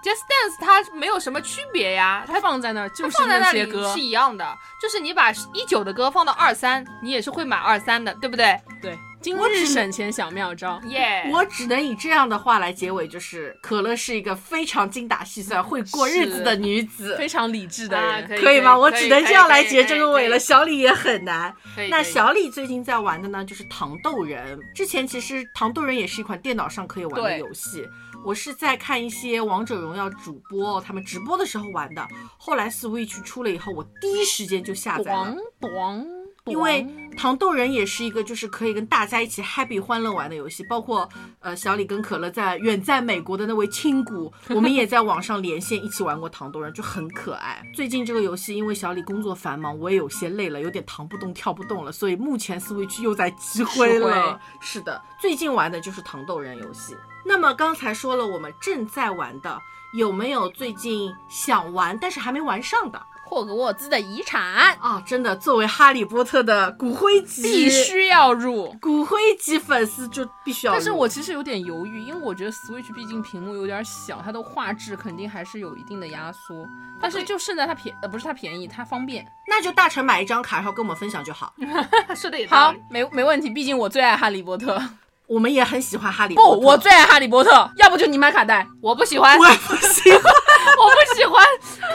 S4: j u s t Dance 它没有什么区别呀，它
S2: 它放在那儿就是
S4: 放在那
S2: 那些
S4: 里
S2: 歌
S4: 是，一样的，就是你把一九的歌放到二三，你也是会买二三的，对不对？
S2: 对，今
S3: 我只
S2: 日省钱小妙招。
S4: 耶、
S3: 我只能以这样的话来结尾，就是可乐是一个非常精打细算、会过日子的女子，
S2: 非常理智的
S4: 啊
S2: 人，
S4: 可以
S3: 可以吗？
S4: 可以
S3: 我
S4: 可以
S3: 只能
S4: 可以
S3: 这样
S4: 可以
S3: 来
S4: 可
S3: 结
S4: 以
S3: 这个
S4: 可
S3: 尾
S4: 以
S3: 了。小李也很难。
S4: 可以
S3: 那
S4: 可以
S3: 小李最近在玩的呢，就是糖豆人。之前其实糖豆人也是一款电脑上可以玩的
S4: 对
S3: 游戏。我是在看一些王者荣耀主播他们直播的时候玩的，后来 Switch 出了以后，我第一时间就下载了
S2: 咣。咣，
S3: 因为糖豆人也是一个就是可以跟大家一起 happy 欢乐玩的游戏，包括呃小李跟可乐在远在美国的那位亲姑，我们也在网上连线一起玩过糖豆人，就很可爱。最近这个游戏因为小李工作繁忙，我也有些累了，有点扛不动跳不动了，所以目前 Switch 又在积灰了。是的，最近玩的就是糖豆人游戏。那么刚才说了，我们正在玩的有没有最近想玩但是还没玩上的？
S2: 霍格沃兹的遗产
S3: 啊，真的，作为哈利波特的骨灰级，
S2: 必须要入。
S3: 骨灰级粉丝就必须要入。
S2: 但是我其实有点犹豫，因为我觉得 Switch 毕竟屏幕有点小，它的画质肯定还是有一定的压缩。但是就胜在它便，呃，不是它便宜，它方便。
S3: 那就大成买一张卡，然后跟我们分享就好。
S4: 说的也
S2: 好
S4: 道理，
S2: 没没问题，毕竟我最爱哈利波特。
S3: 我们也很喜欢哈利
S2: 不，
S3: 波特。
S2: 我最爱哈利波特，要不就你买卡带。
S4: 我不喜欢，我
S3: 我也不喜 欢。
S4: 不喜欢，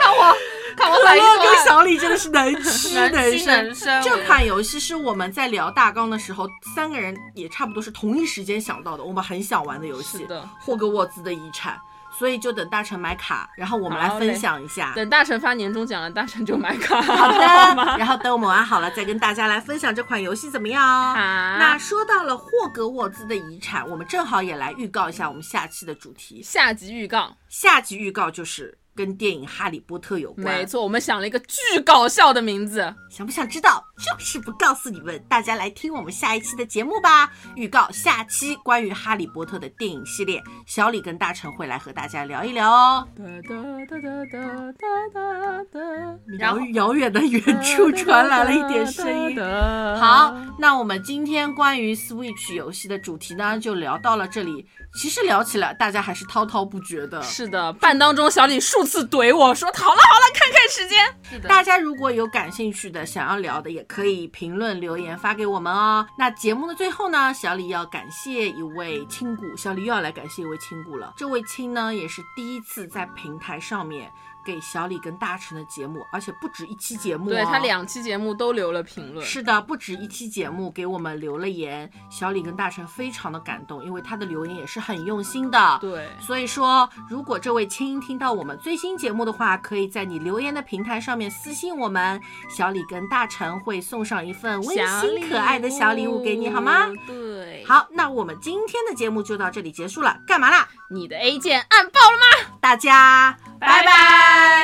S4: 看我看我反应
S3: 乐跟
S4: 过
S3: 小李真的是能 吃
S4: 来，
S3: 啊能
S4: 能屈
S3: 生。
S4: 能伸，
S3: 这款游戏是我们在聊大纲的时候，三个人也差不多是同一时间想到的，我们很想玩的游戏
S2: 是
S3: 《
S2: 的，
S3: 霍格沃兹的遗产》，所以就等大成买卡，然后我们来
S2: 好嘞
S3: 分享一下。
S2: 等大成发年终奖了，大成就买卡。
S3: 好
S2: 好
S3: 的，然后等我们玩好了，再跟大家来分享这款游戏怎么样哦。那
S2: 那
S3: 说到了霍格沃兹的遗产，我们正好也来预告一下我们下期的主题。
S2: 下集预告，
S3: 下集预告就是跟电影《哈利波特》有关。
S2: 没，错，我们想了一个巨搞笑的名字。
S3: 想不想知道？就是不告诉你们，大家来听我们下一期的节目吧。预告下期关于《哈利波特》的电影系列，小李跟大成会来和大家聊一聊哦。
S2: 哒哒哒哒哒哒哒
S4: 然后
S3: 遥遥远的远
S2: 嗯
S3: 处传来了一点声音。
S2: 音
S3: 好，那我们今天关于 Switch 游戏的主题呢，就聊到了这里。其实聊起来，大家还是滔滔不绝的。
S2: 是的，半当中小李数次怼我说：“好了好了，看看时间。
S4: 是的
S3: 大家如果有感兴趣的、想要聊的，也可以评论留言发给我们哦。那节目的最后呢，小李要感谢一位亲故，小李又要来感谢一位亲故了。这位亲呢，也是第一次在平台上面给小李跟大成的节目，而且不止一期节目、哦，
S2: 对他两期节目都留了评论，
S3: 是的，不止一期节目给我们留了言，小李跟大成非常的感动，因为他的留言也是很用心的。
S2: 对，
S3: 所以说，如果这位亲听到我们最新节目的话，可以在你留言的平台上面私信我们，小李跟大成会送上一份温
S2: 小
S3: 馨可爱的小礼物给你，好吗？？
S2: 对，，
S3: 好，那我们今天的节目就到这里结束了，干嘛啦？
S2: 你的 A 键按爆了吗？
S3: 大家
S4: 拜拜